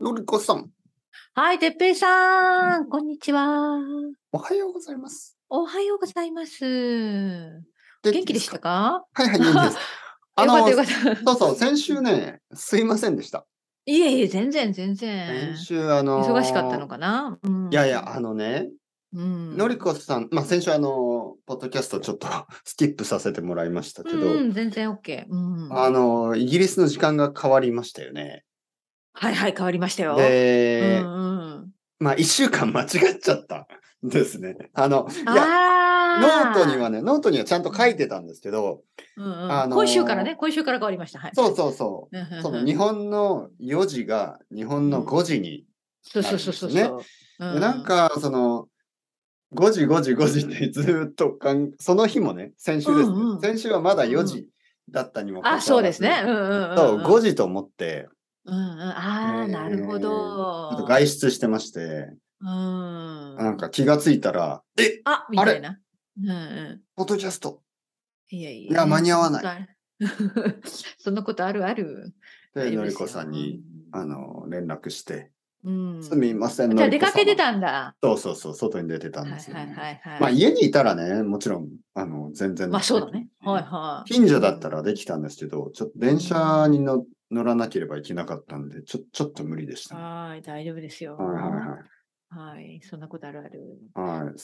のりこさん、はい、てっぺいさん、こんにちは。おはようございます。おはようございます。元元気でしたかはいはい、元気です。あ よのかったよかった。 そうそう、先週ね、すいませんでした。いえいえ、全然全然先。週、あのー忙しかったのかな、うんいやいや、、あのね、うん、のりこさん、まあ先週、あのー、ポッドキャストちょっと スキップさせてもらいましたけど、うんうん、全然 OK。うん、あのー、イギリスの時間が変わりましたよね。はいはい、変わりましたよ。で、うんうん、まあ一週間間違っちゃったんですね。あの、いや、あノーートにはね、ノートにはちゃんと書いてたんですけど、うんうんあのー今週からね、今週から変わりました。はい、そうそうそう、うんうんうんその日本の4時が日本の5時に、そうそうそうそう。なるんそううでなん、かその5時5時5時って ずーっとかんその日もね先週ですね、うんうん先週はまだ4時だったにもかかわらあ、ずそうですね。うんうん、うん。そう5時と思ってうんうん、ああ、なるほちど。ょっと外出してまして、うん。なんか気がついたら「えあ、みたいな。うんうポッドキャスト!ん。いやいや。いや間に合わないい。 そんなことあるある。」あでりまのすりよこさんに、。あの連絡してうん。う「んすみませんじゃのあり出こかさんけてたんだ。そうそうそう外に出てたはんいはでいすよね、はいはい。まあ家にいたらねもちろんあの全然まあそうだね。はいはい。近所だったらできたんですけど、ちょっと電車にの乗らなければいけなかったんで、ちょちょっと無理でしたね、はい、大丈夫ですよ。はいはいはい。そんなことあるある。はい。はい。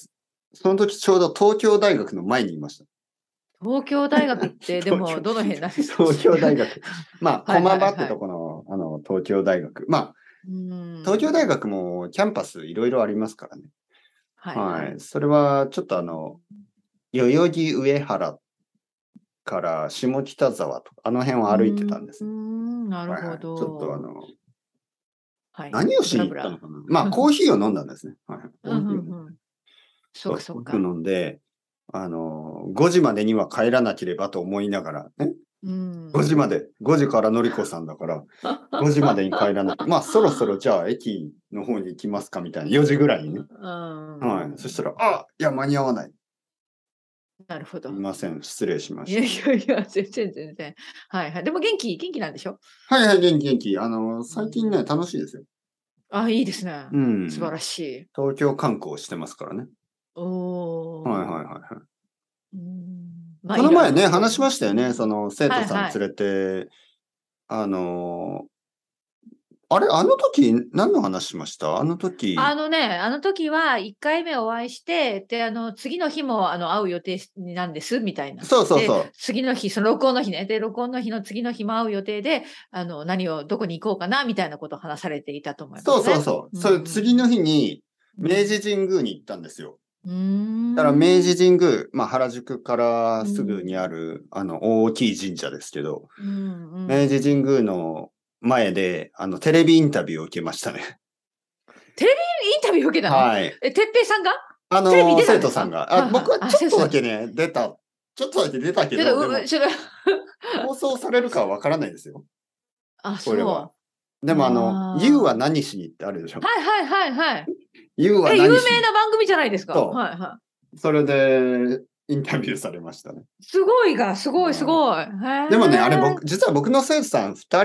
その時ちょうど東京大学の前にいました。東京大 学って、で東も、京どの辺なんですか 東京大。学。まあ、 はいは駒いは場いってとこの、あの、東京大学。まあ、うん東京大学もキャンパスいろいろありますからね。はいははいい。。それは、ちょっとあの、代々木上原から下北沢とか、あの辺を歩いてたんですうね。ん、なるはいはほいちど。ょっとあの、はい、何をしに行ったのかなまあ、コーヒーを飲んだんですね。はいはいブラブラうんうんうん。そうかそうか。コーヒーを飲んで、あの、5時までには帰らなければと思いながら、ね、うん5時まで、5時からのりこさんだ から、5時までに帰らなきゃ、まあ、そろそろじゃあ駅の方に行きますかみたいな、4時ぐらいにね。うんはい。そしたら、あいや、間に合わない。なるほすど。みません。失礼しまいやしいやいや、全然全然。はいはい。でも元気、元気なんでしょた。はいはい、元気元気。あの、最近ね、楽しいですよ。あ、いいですね。うん。素晴らい。しい。東京観光してますからね。おーはいはいはい。はい。うんまあこの前ね、話しまましたよね。その生徒さんはいはい連れて、あのーあれ、あの時何の話しましたあの時。あのね、あの時は1回目お会いして、で、あの、次の日もあの会う予定なんです、みたいな。そうそうそうで。次の日、その録音の日ね。で、録音の日の次の日も会う予定で、あの、何を、どこに行こうかな、みたいなことを話されていたと思います、ね。そうそうそう。うんそれ次の日にうん明治神宮に行ったんですよ。うーん。だから明治神宮、まあ原宿からすぐにある、あの大きい神社ですけど、うんうん明治神宮の前で、あのテレビインタビューを受けました ね。インタビュー受けたの、はい。え、てっぺいさんがあのテレビ出た生んですか徒さんが。はいはあい僕はあちょっとだ生けね、出た。ちょっとだけ出たけちょど、っとでもうう、ちょっと、放送されるかはわからないですよ。あ、こそう。れはでもあのあ、ー YOU は何しにってあるでしょ。はいはいはいはい。 YOU はえ、何し有に名な番組じゃないですか。そうはいはそれでインタビューされましたね。い。すごいが、すごいすごい。へーでもね、あれ。僕、実は僕の生徒さん2人、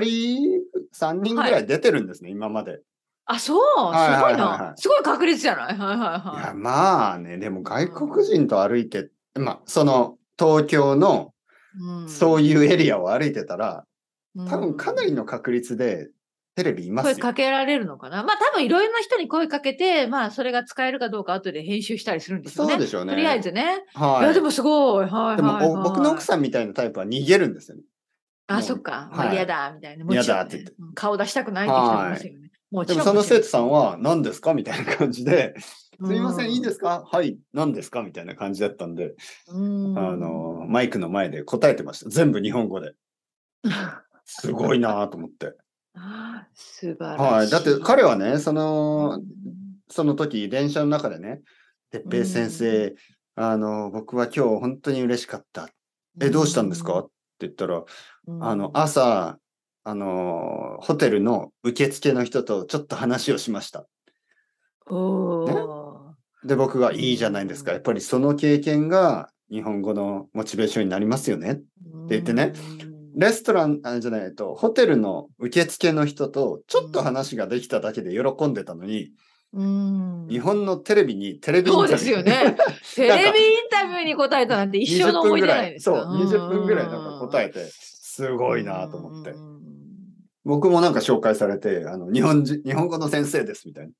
3人ぐらはい出てるんですね、今まで。あ、そう。すごいな。はいはいはいはいすごい確率じゃない。はいいはいや、はまあね、でも外国人と歩いて、まあ、その東京のい。うんそういうエリアを歩いてたら、うん多分かなりの確率でテレビいます声よ。かけられるのかな。まあ多分いろいろな人に声かけて、まあそれが使えるかどうか後で編集したりするんですよね。そうでしょうねとりあえずね。い、はやい。でもすごい。はいはい、はい。でもお僕の奥ん。さんみたいなタイプは逃げるんですよね。あ、そっはいか。まあ嫌だ、みたいな。もちろ嫌だっん、ね。て言ってうん顔出したくないって人いますよね。もでもその生徒さんは、は何ですかみたいな感じで、すいません、いいですすかはい、何ですかみたいな感じだったんで、あのあの、マイクの前で答えてました。全部日本語で。すごいなと思って。素晴らしい。はい。だって彼はね、そうん、の、その時、電車の中でね、哲平先生、あの、僕は今日本当に嬉しかった。え、どうしたんですかって言ったら、うんあの、、朝、あの、ホテルの受付の人とちょっと話をしました。おねーで、僕がいいじゃないですか。やっぱりその経験が日本語のモチベーションになりますよね。って言ってねうんレストラン、あじゃないえっと、ホテルの受付の人とちょっと話ができただけで喜んでたのに、うん。日本のテレビにテレビインタそビュうーですよ ね。テレビインタビューに答えたなんて一生の思い出じゃないですか。 20分ぐらいそう、20分ぐらいなんか答ええて、すごいなと思って。て。僕もなんか紹介されて、あの、日本人、日本語の先生ですみたいな。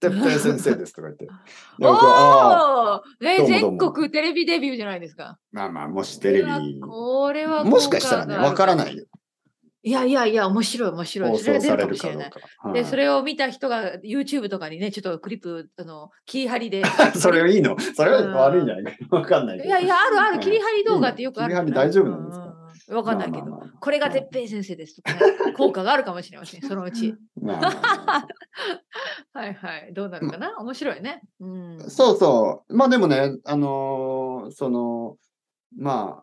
てっぺい先生ですとか言って。でお僕はああ おーねどうもどう全も国テレビデビューじゃないですか。まあまあ、もしテレビに。これはもしかしたらね、わからい。ないよ。いやいやいや、面白い面白放い。それ送さが出るれかもるしかれどうない。か。で、それを見た人が YouTube とかにね、ちょっとクリップ、あの、切り貼りで。はい それいいのそれは悪いんじゃない か。わかんないけど。いやいや、あるあうる、ん切り張り動画ってよくあるじゃい。切り貼り大丈夫なんですかうんわかんないけまあどまあま。これが絶平先生ですとかね、効果があるかもしれません、そのうち。まあまあまあ まあはいはい。どうなるかな面白いね。うん。そうそう。まあでもね、あのーその、ま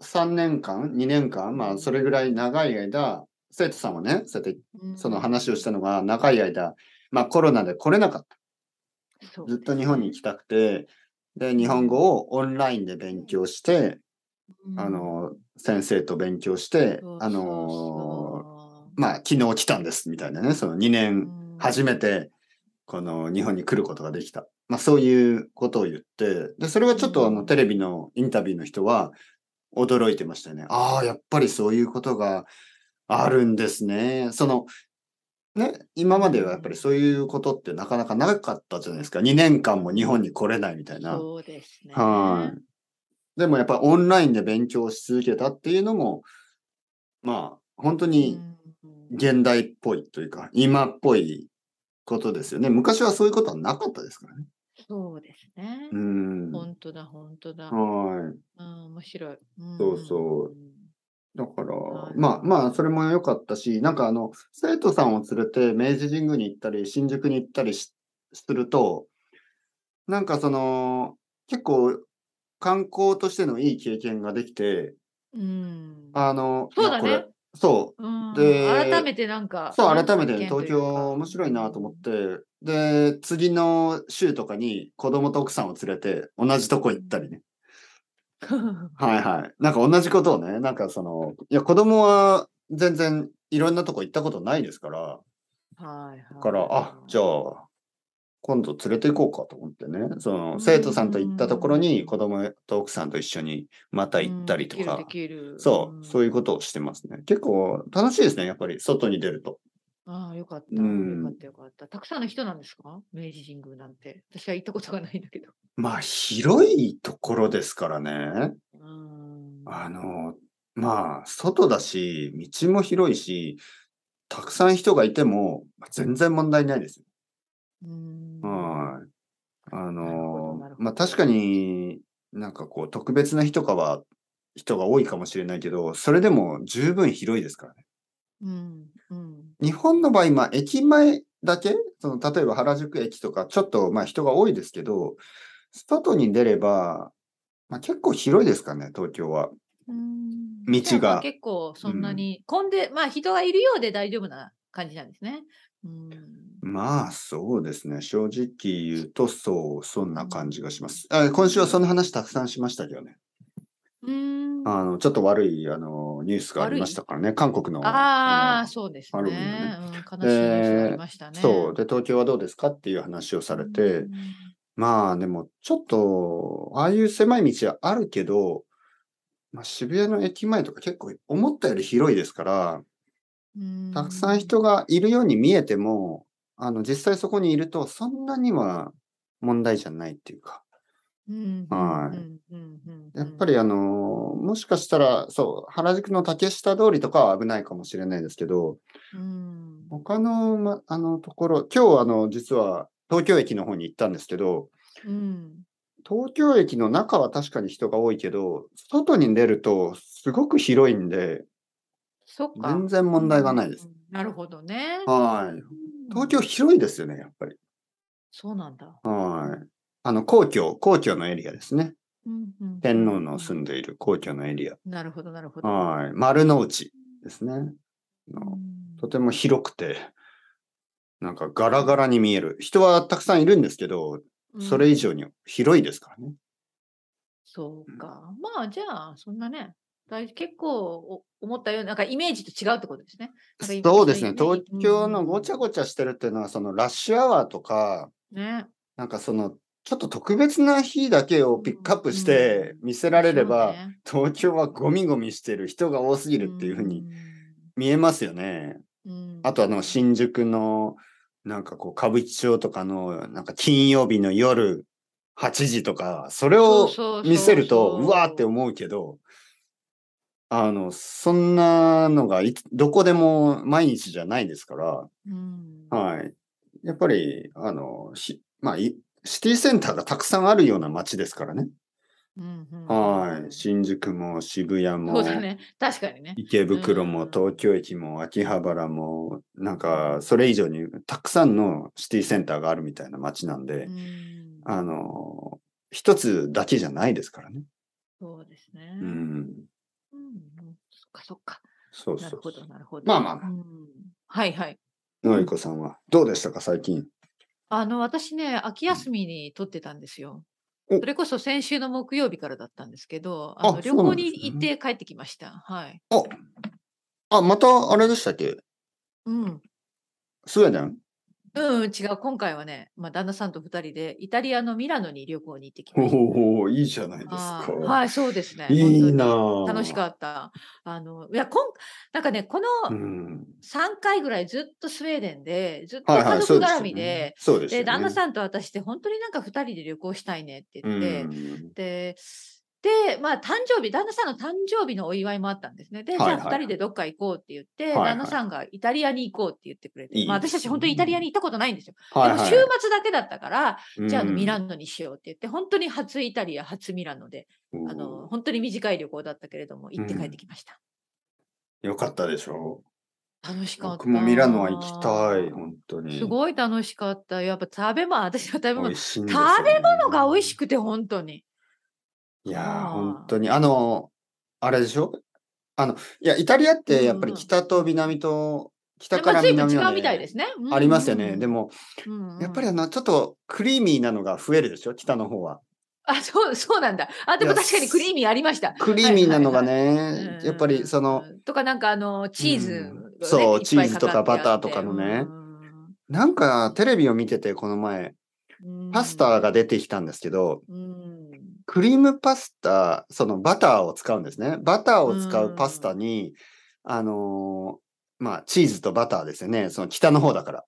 あ、3年間、2年間、まあ、それぐらい長い間、生徒さんはね、そうやってうんその話をしたのが、長い間、まあコロナで来れなかった。そうずっと日本に行きたくて、で、日本語をオンラインで勉強して、うんあのー先生と勉強してそう、あそうのーそうまあ、昨日来たんです、みたいなね、その2年、うん初めてこの日本に来ることができた。まあそういうことを言って、で、それはちょっとあうのんテレビのインタビューの人は驚いてましたよね。ああ、やっぱりそういうことがあるんですね。その、ね、今まではやっぱりそういうことってなかなかなかったじゃないですか。2年間も日本に来れないみたいな。そうですね。はい。でもやっぱオンラインで勉強し続けたっていうのも、まあ本当にうん現代っぽいというか、今っぽいことですよね。昔はそういうことはなかったですからね。そうですねう。ん。は本当だ、本当だ。い。うん、面白い。そうそうだからは、いまあまあ、それも良かったし、なんかあの、生徒さんを連れて明治神宮に行ったり、新宿に行ったりしすると、なんかその、結構、観光としてのいい経験ができて、うん。うん。あの、そうだねいやこれそう、うんで改めてなんか。そう、なんか改めてね意見と東いうか京面白いなと思っ。て、で、次の週とかに子供と奥さんを連れて同じとこ行ったりね。 はいはい。なんか同じことをね、なんかその、いや、子供は全然いろんなとこ行ったことないですから、はい、はい。だから、あ、じゃあ、今度連れて行こうかと思ってね、その生徒さんと行ったところに子供と奥さんと一緒にまた行ったりとうんでか、きるできる。そう、そういうこととをしてますね。結構楽しいですね、やっぱり外に出ると。ああ、よかった。うんよかった、よかった。たくさんの人なんですか明治神宮なんて。私は行ったことがないんだけど。まあ、広いところですからね。うん。あの、まあ、外だし、道も広いし、たくさん人がいても、全然問題ないですよ。うんはい。あなるほどのなる、ほどまあ確かになんかこう、特別な日とかは、人が多いかもしれないけど、それでも十分広いですからね。うん。うん。日本の場合、まあ駅前だけ、その例えば原宿駅とか、ちょっとまあ人が多いですけど、外に出れば、まあ結構広いですからね、東京は。うん道じゃあまあが結構そんうなんに混んで、まあ人がいるようで大丈夫な感じなんですね。うん、まあそうですね。正直言うと、そう、そんな感じがします。あ今週はその話たくさんしましたけどね。うんあの、ちょっと悪い、あの、ニュースがありましたからね。韓国の。ああ、のそうですハね。ロウうィん、ンのね悲しいニュースがありましたね。そう。で、東京はどうですかっていう話をされて、うんまあでも、ちょっと、ああいう狭い道はあるけど、まあ、渋谷の駅前とか結構思ったより広いですから、うんたくさん人がいるように見えても、あの、実際そこにいると、そんなには問題じゃないっていうか。うんはいうんうんうんうんやっぱりあのーもしかしたら、そう、原宿の竹下通りとかは危ないかもしれないですけど、うん他の、ま、あのところ、今日あの、実は東京駅の方に行ったんですけど、うん東京駅の中は確かに人が多いけど、外に出るとすごく広いんで、そっか。全然問題がないですう。ん。なるほどね。はい。東京広いですよね、やっぱり。そうなんだ。はい。あの、皇居、皇居のエリアですね。うんうん天皇の住んでいる皇居のエリア。なるほど、なるほど。はい。丸の内ですね。あうのんとても広くて、なんかガラガラに見える。人はたくさんいるんですけど、それ以上に広いですからね。そうか。まあじゃあ、そんなね、大結構思ったような、なんかイメージと違うってことですね。なんかそうですね。イメー東ジうん京のごちゃごちゃしてるっていうのは、そのラッシュアワーとか、ね。なんかその、ちょっと特別な日だけをピックアップして見せられれば、そうね東京はゴミゴミしてる人が多すぎるっていうふうに見えますよね。うん。あとあの、新宿の、なんかこう、歌舞伎町とかの、なんか金曜日の夜8時とか、それを見せると、うわーってう思うけど、あの、そんなのがいつ、どこでも毎日じゃないですから、ん。はい。やっぱり、あの、しまあ、いシティセンターがたくさんあるような街ですからね。うんうんはい。新宿も渋谷そもう、だね。確かにね。池袋うもん東京駅も秋葉原も、なんか、それ以上にたくさんのシティセンターがあるみたいな街なんでう、んあの、一つだけじゃないですからね。そうですね。う。ん。うんうんそっかそっか。そうなそるうほど、なるほど。まあまあまあうんはいはい。のりこさんは、どうでしたか、最近。あの、私ね、秋休みに取ってたんですよ。おそれこそ先週の木曜日からだったんですけど、ああの旅そうな行んですねに行って帰ってきました。はい。あ、また、あれでしたっけうん。スウェーデンうん、違う。今回はね、まあ、旦那さんと二人で、イタリアのミラノに旅行に行ってきました。おおいいじゃないですあかー。はい、そうですね。いいな本ぁ当に楽しかった。あの、いや、こん、なんかね、このうん。 3回ぐらいずっとスウェーデンで、ずっとはいは家い、そ族うです絡よみで、ね。そうですよね。で、旦那さんと私で本当になんか2人で旅行したいねってう言って、ん。で、で、まあ、誕生日、旦那さんの誕生日のお祝いもあったんですね。で、じはいゃはいあ2人でどっか行こうって言って、はいはい旦那さんがイタリアに行こうって言ってくれて、いいまあ、です私たちね本当にイタリアに行ったことないんですよ。はいでもはい。週末だけだったから、じゃああのうんミラノにしようって言って、本当に初イタリア、初ミラノで、あの、本当に短い旅行だったけれども、行って帰ってきました。よかったでしょ楽しかった。僕もミラノは行きたい、本当に。すごい楽しかった。やっぱ食べ物、私は食べ美物味しいんですよね食べ物が美味しくて、本当に。いやーあー本当に。あの、あれでしょあの、いや、イタリアってやっぱり北と南と、北からでまあ、南随分は違うみたいでねすね。ありますようんうんうね。んで、も、うんうんやっぱりあの、ちょっとクリーミーなのが増えるでしょ北の方 は。あ、そう、そうなんだ。あ、でもいや確かにクリーミーありました。クリーミーなのがうんうんねう、んやっぱりその、、とかなんかあの、チーズがね、うんそういっぱいチーズとかかってあっバタてーとかのねうんなんかテレビを見てて、この前、うんパスタが出てきたんですけど、うんクリームパスタ、そのバターを使うんですね。バターを使うパスタに、あのーまあ、チーズとバターですよね。その北の方だから。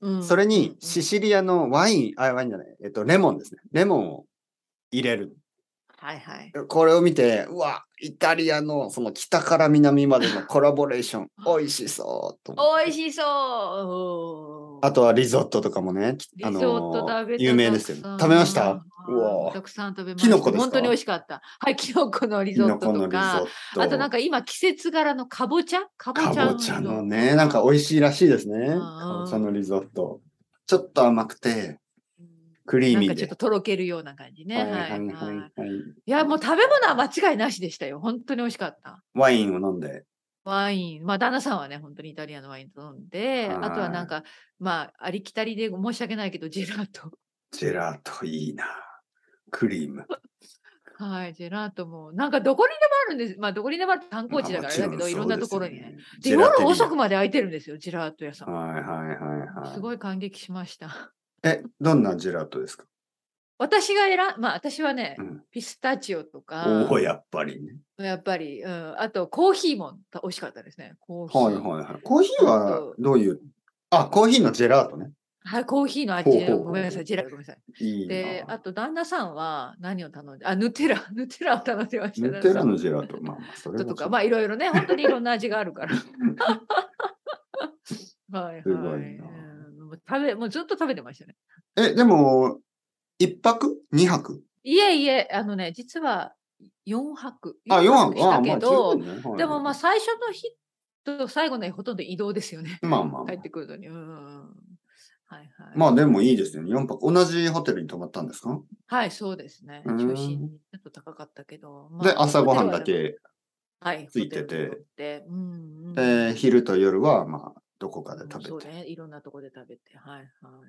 うんそれうんにう、んシシリアのワイン、あ、ワインじゃない、えっと、レモンですね。レモンを入れる。はいはい。これを見て、うわ、イタリアのその北から南までのコラボレーション、 美味しそうと思って。美味しそう。あとはリゾットとかもね、きリあゾのット食べーた有名ですよね。食べましたうわたくさん食べました。キノコですか本当に美味しかった。はい、キノコのリキゾッノトコのとリゾッか。ト。あとなんか今季節柄のかぼちゃかぼちゃかぼちゃのね、なんか美味しいらしいですね。んかぼちゃのリゾット。ちょっと甘くて、クリーなんミかーちでょっと。とろけるような感じね。ははいいははいい、はいい。はい。や、もう食べ物は間違いなしでしたよ。本当に美味しかった。ワインを飲んで。ワイン、まあ旦那さんはね、本当にイタリアのワイン飲んで、はいあとはなんか、まあありきたりで申し訳ないけど、ジェラート。 ジェラートいいな。クリーム。はい、ジェラートも、なんかどこにでもあるんです。まあどこにでもある観光地だからあれだけど、いろんなところにね。。で、夜遅くままで開いてるんですよ、ジェラート屋さん。はいはいはいはい。すごい感激しました。 え、どんなジェラートですか私が選ん、まあ私はね、うんピスタチオとか、おお、やっぱりね。やっぱり、うん、あとコーヒーも美味しかったですね。コーヒー。はいはいはい。コーヒーはどういうあ、コーヒーのジェラートね。はいコーヒーのほう味。ほうほうごめんなさい、ジェラごめんなさい。いいで、なあ。と旦那さんは何を頼んで、あ、ヌテラ、 ヌテラを頼んでました。ヌテラのジェララート。まあまあ、それートもとか、まあいろいろね、本当にいろんな味があ るから。はいはい。すごいなうんもう食べ、もうずっと食べてましたね。え、でも、一泊二泊いえいえ、あのね、実は4泊。あ、四泊しあたあ、まけあ、ど、十分ねはいでもまあ最初の日と最後の日ほとんど移動ですよね。まあまあま帰あってくるのに。うんうんうん。はいはい。まあでもいいですよね。4泊。同じホテルに泊まったんですかはい、そうですね。うん中心にちょっと高かったけど。まあで、朝ごはんだ、け、はい、ついててホテルに戻ってうんうん、えー昼と夜は、まあ、どこかでうんそ食うべて。ね、いろんなとこで食べて。はいはい。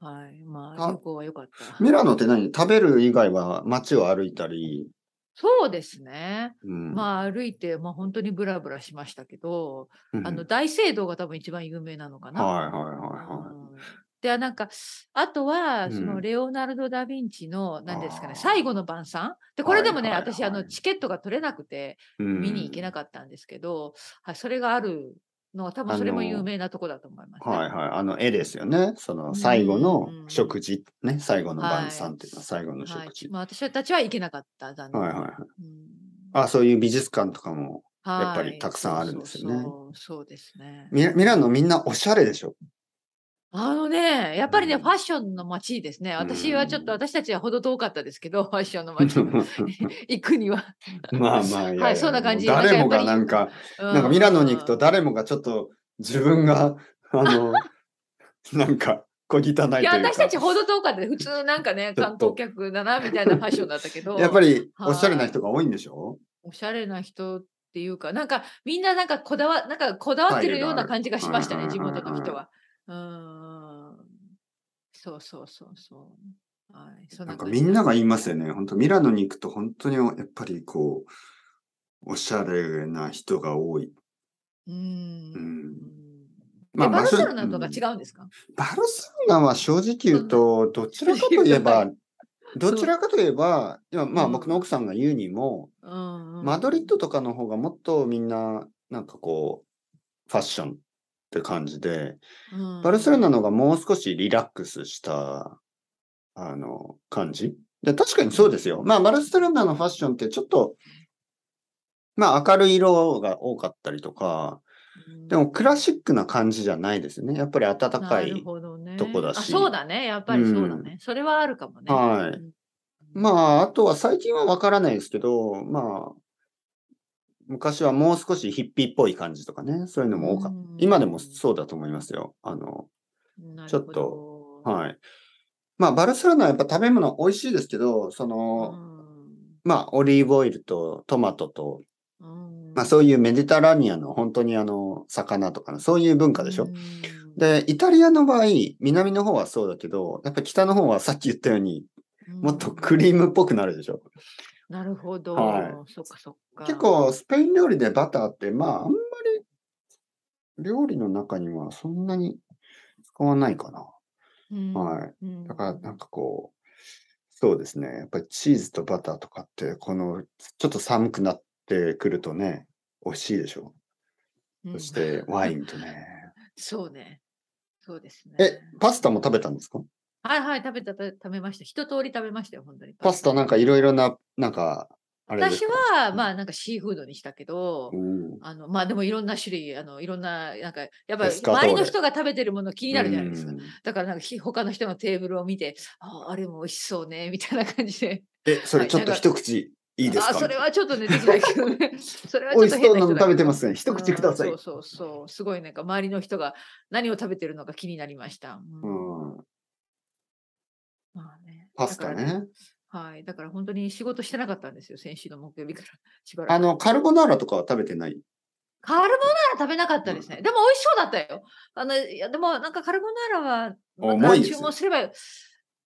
はい、まああ、旅行は良かった。ミラノって何食べる以外は街を歩いたり、 そうですね。うん。まあ歩いて、まあ本当にブラブラしましたけど、うんあの、大聖堂が多分一番有名なのかな。はいはいはうんで、なんか、あとは、そうんの、レオナルド・ダ・ヴィンチの、何ですかね、あー最後の晩餐で、これでもね、はいはいはい私、あの、チケットが取れなくて、いはい。見に行けなくかったんですけど、はい、それがあるのは、多分それも有名なとこだと思います、ね。はいはい。あの絵ですよね。その最後の食事、ね。最後の晩餐っていうのは最後のはい食事。まあ、私たちは行けなかった、残念。はいはいはい。うんあ、そういう美術館とかも、やっぱりはいたくさんあるんですよねそうそうそうそうですね。ミラミラノみんなおしゃれでしょ。あのね、やっぱりね、うんファッションの街ですね。私はちょっと、う私たちはほど遠かったですけど、ファッションの 街行くには。まあまあ、いやいやはいそんな感じ誰もがななんんかか、うなんかミラノに行くと誰もがちょっと自分が、あの、 なんか小汚いというか。いや、私たちほど遠かったです普通なんかね、ちょ観っと光客だな、みたいなファッションだったけど、やっぱりりおしゃれな人が多いんでしょおしゃれな人っていうか、なんかみんななんかこだわ、なんかこだわってるような感じがしましたね、スタイ地ルがある元の人はは。うーん。そうそうそうそう。はい。そなんか感みじんなが言いますよね。本当ミラノに行くと本当にやっぱりこう、おしゃれな人が多い。うーんう。んまあ、バルセロ場ナ所とかうん違うんですか、バルセロナは正直言うと、どちらかといえ ば、どちらかといえば、いやまあうん僕の奥さんが言うにも、うんうんマドリッドとかの方がもっとみんな、なんかこう、ファッションって感じで、うんバルセロナの方がもう少しリラックスした、あの、感じ。で、確かにそうですよ。まあ、バルセロナのファッションってちょっと、まあ、明るい色が多かったりとか、でもクラシックな感じじゃないですね。やっぱり暖かなるい。ほどねとこだしあそうだね。やっぱりそうだね。それはあるかもね。はいうんまあ、あとは最近はわからないですけど、まあ、昔はもう少しヒッピーっぽい感じとかね、そういうのも多かった。うん今でもそうだと思いますよ。あの、なるちょっほどはい。まあ、バルセロナはやっぱ食べ物美味しいですけど、その、まあ、オリーブオイルとトマトと、ままあ、そういうメディタラニアの本当にあの、魚とかの、そういう文う化でしょ。ん、で、イタリアの場合、南の方はそうだけど、やっぱ北の方はさっき言ったように、もっとクリームっぽくなるでしょ。なるほど。はそっかそっか。結構、スペイン料理でバターって、まあ、あんまり、料理の中にはそんなに使わないかな。うん、はいうん。だから、なんかこう、そうですね。やっぱりチーズとバターとかって、この、ちょっと寒くなってくるとね、美味しいでしょ。うんそして、ワインとね。 そうね。そうですね。え、パスタも食べたんですかはいはい、食べた、食べました。一通り食べましたよ、本当に。パスタなんかいろいろな、なんか、あれです私かは、まあなんかシーフードにしたけど、うんあのまあでもいろんな種類あのいろんななんかやっぱペりスカトーレ周りの人が食べてるもの気になるじゃないですか、うんだからなんかひ他の人のテーブルを見てああれも美味しそうねみたいな感じでえ、そはれいちょっとなんか一口いいですかあそれはちょっとねできないけど ねそれはちょ美っ味としそ変うななの人だけ食どべてますね。一口ください。うんそうそうそうすごいなんか周りの人が何を食べてるのか気になりました、うんうんまあねパスタだからね。はいだから本当に仕事してなかったんですよ先週の木曜日から しばらくあの、カルボナーラとかは食べてない。カルボナーラ食べなかったですね。でも美味しそうだったよ。あの、いや、でもなんかカルボナーラは、なん重いでかすよ注文すれば、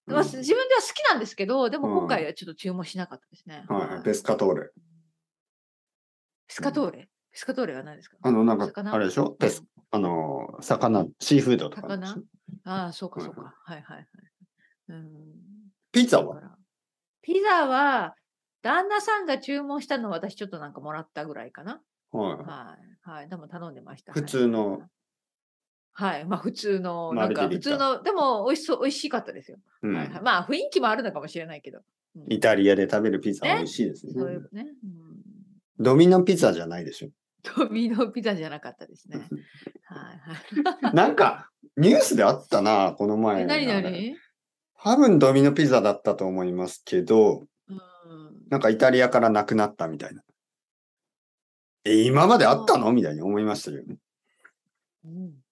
まあ、自分では好きなんですけど、でも今回はちょっと注文しなかったですね。はい、ペスカトーレ。スカトーレ。スカトーレは何ですかあの、なんか、魚あれでしょペス、あの、魚、シーフードとかでしょ。魚ああ、そうかそうはか。はいはいはい。うん。ピザだはからピザは、旦那さんが注文したのを私ちょっとなんかもらったぐらいかな。ははい。はい。でも頼んでました。普通のはい。はい。まあ普通の、マなんルゲかリ普ータ通の、でも美味しそう、美味しかったですよ。い。うはいはいん。まあ雰囲気もあるのかもしれないけど。うんイタリアで食べるピザはね美味しいですね。そういうね、ドミノピザじゃないでしょ。うん。 ドミノピザじゃなかったですね。はいなんか、ニュースであったな、このはい。前。え何あれ何多分ドミノピザだったと思いますけど、うんなんかイタリアからなくなったみたいな。え、今まであったのみたいに思いましたけどね。うん。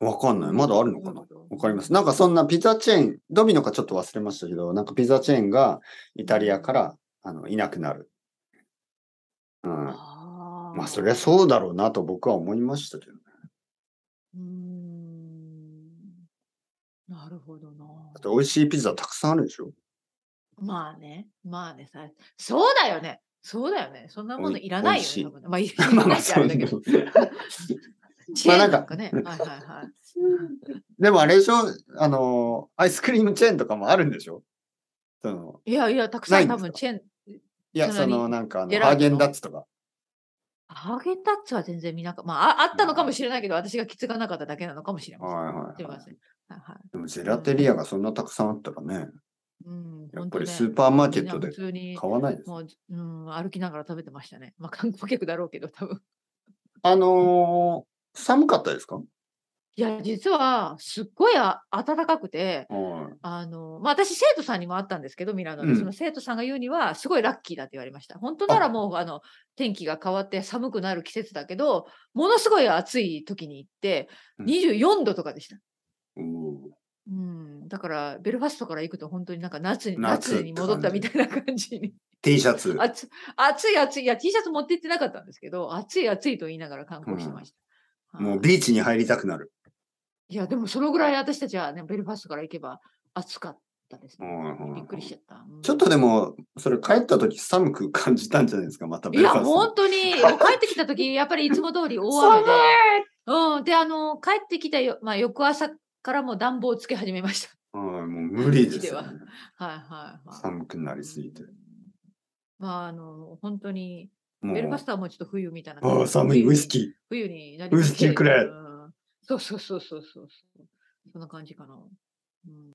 わかんない。まだあるのかなるほどわかります。なんかそんなピザチェーン、ドミノかちょっと忘れましたけど、なんかピザチェーンがイタリアからあのいなくなる。うん。あーまあそりゃそうだろうなと僕は思いましたけどね。うん。なるほどな。 だって美味しいピザたくさんあるでしょ まあね、まあね、さ、そうだよね。そうだよね。そんなものいらない美よ、味しいね多分ね。まあ、い まらあなまいあってあそうれだだけけどど。知恵まあなんなかんかね。はいはいはい。でもあれでしょあの、アイスクリームチェーンとかもあるんでしょその、いやいや、たくさんない多んですか分チェーン、いや、そそんなにのなんかあの、偉いのハーゲンダッツとか。ハーゲンダッツは全然見なかった。まあ、ああったのかもしれないけど、私が気づかなかっただけなのかもしれません。はいはいはいすみません。はいはい。でも、ジェラテリアがそんなたくさんあったらね、うん、やっぱ本当りねスーパーマーケットみんでな普通に、買わないです。もう、うん、歩きながら食べてましたね。まあ、観光客だろうけど、多分。あのー、寒かったですかいや、実は、すっごいあ暖かくて、はい。あの、まあ、私、生徒さんにも会ったんですけど、ミラノで、うんその生徒さんが言うには、すごいラッキーだって言われました。本当ならもう、あの、天気が変わって寒くなる季節だけど、ものすごい暑い時に行って、うん24度とかでした。おーうん、だから、ベルファストから行くと、本当になんか夏に、夏夏ってに戻った感じみたいな感じに。 T シャツ。暑暑い暑い。いや、T シャツ持って行ってなかったんですけど、暑い暑いと言いながら観光してました。もはいうビーチに入りたくなる。いや、でもそのぐらい私たちはね、ベルファストから行けば暑かったですね。びっくりしちゃった。うんちょっとでも、それ帰った時寒く感じたんじゃないですか、またいや、本本当に、 もう帰ってきた時やっぱりいつも通り大雨で。うん、で、あの、帰ってきたよ、まあ、翌朝からもう暖房をつけ始めましはい、もう無理ですよ、ねビー。た。 はいはいはい。寒くなりすぎて。まあ、あの、本当に、もベルファうス、トはもうちょっと冬みたいな感じああ、寒い、ウイスー。キ冬になりウイスキーますけくれどうんそうそうそうそうそう。そんな感じかな。うん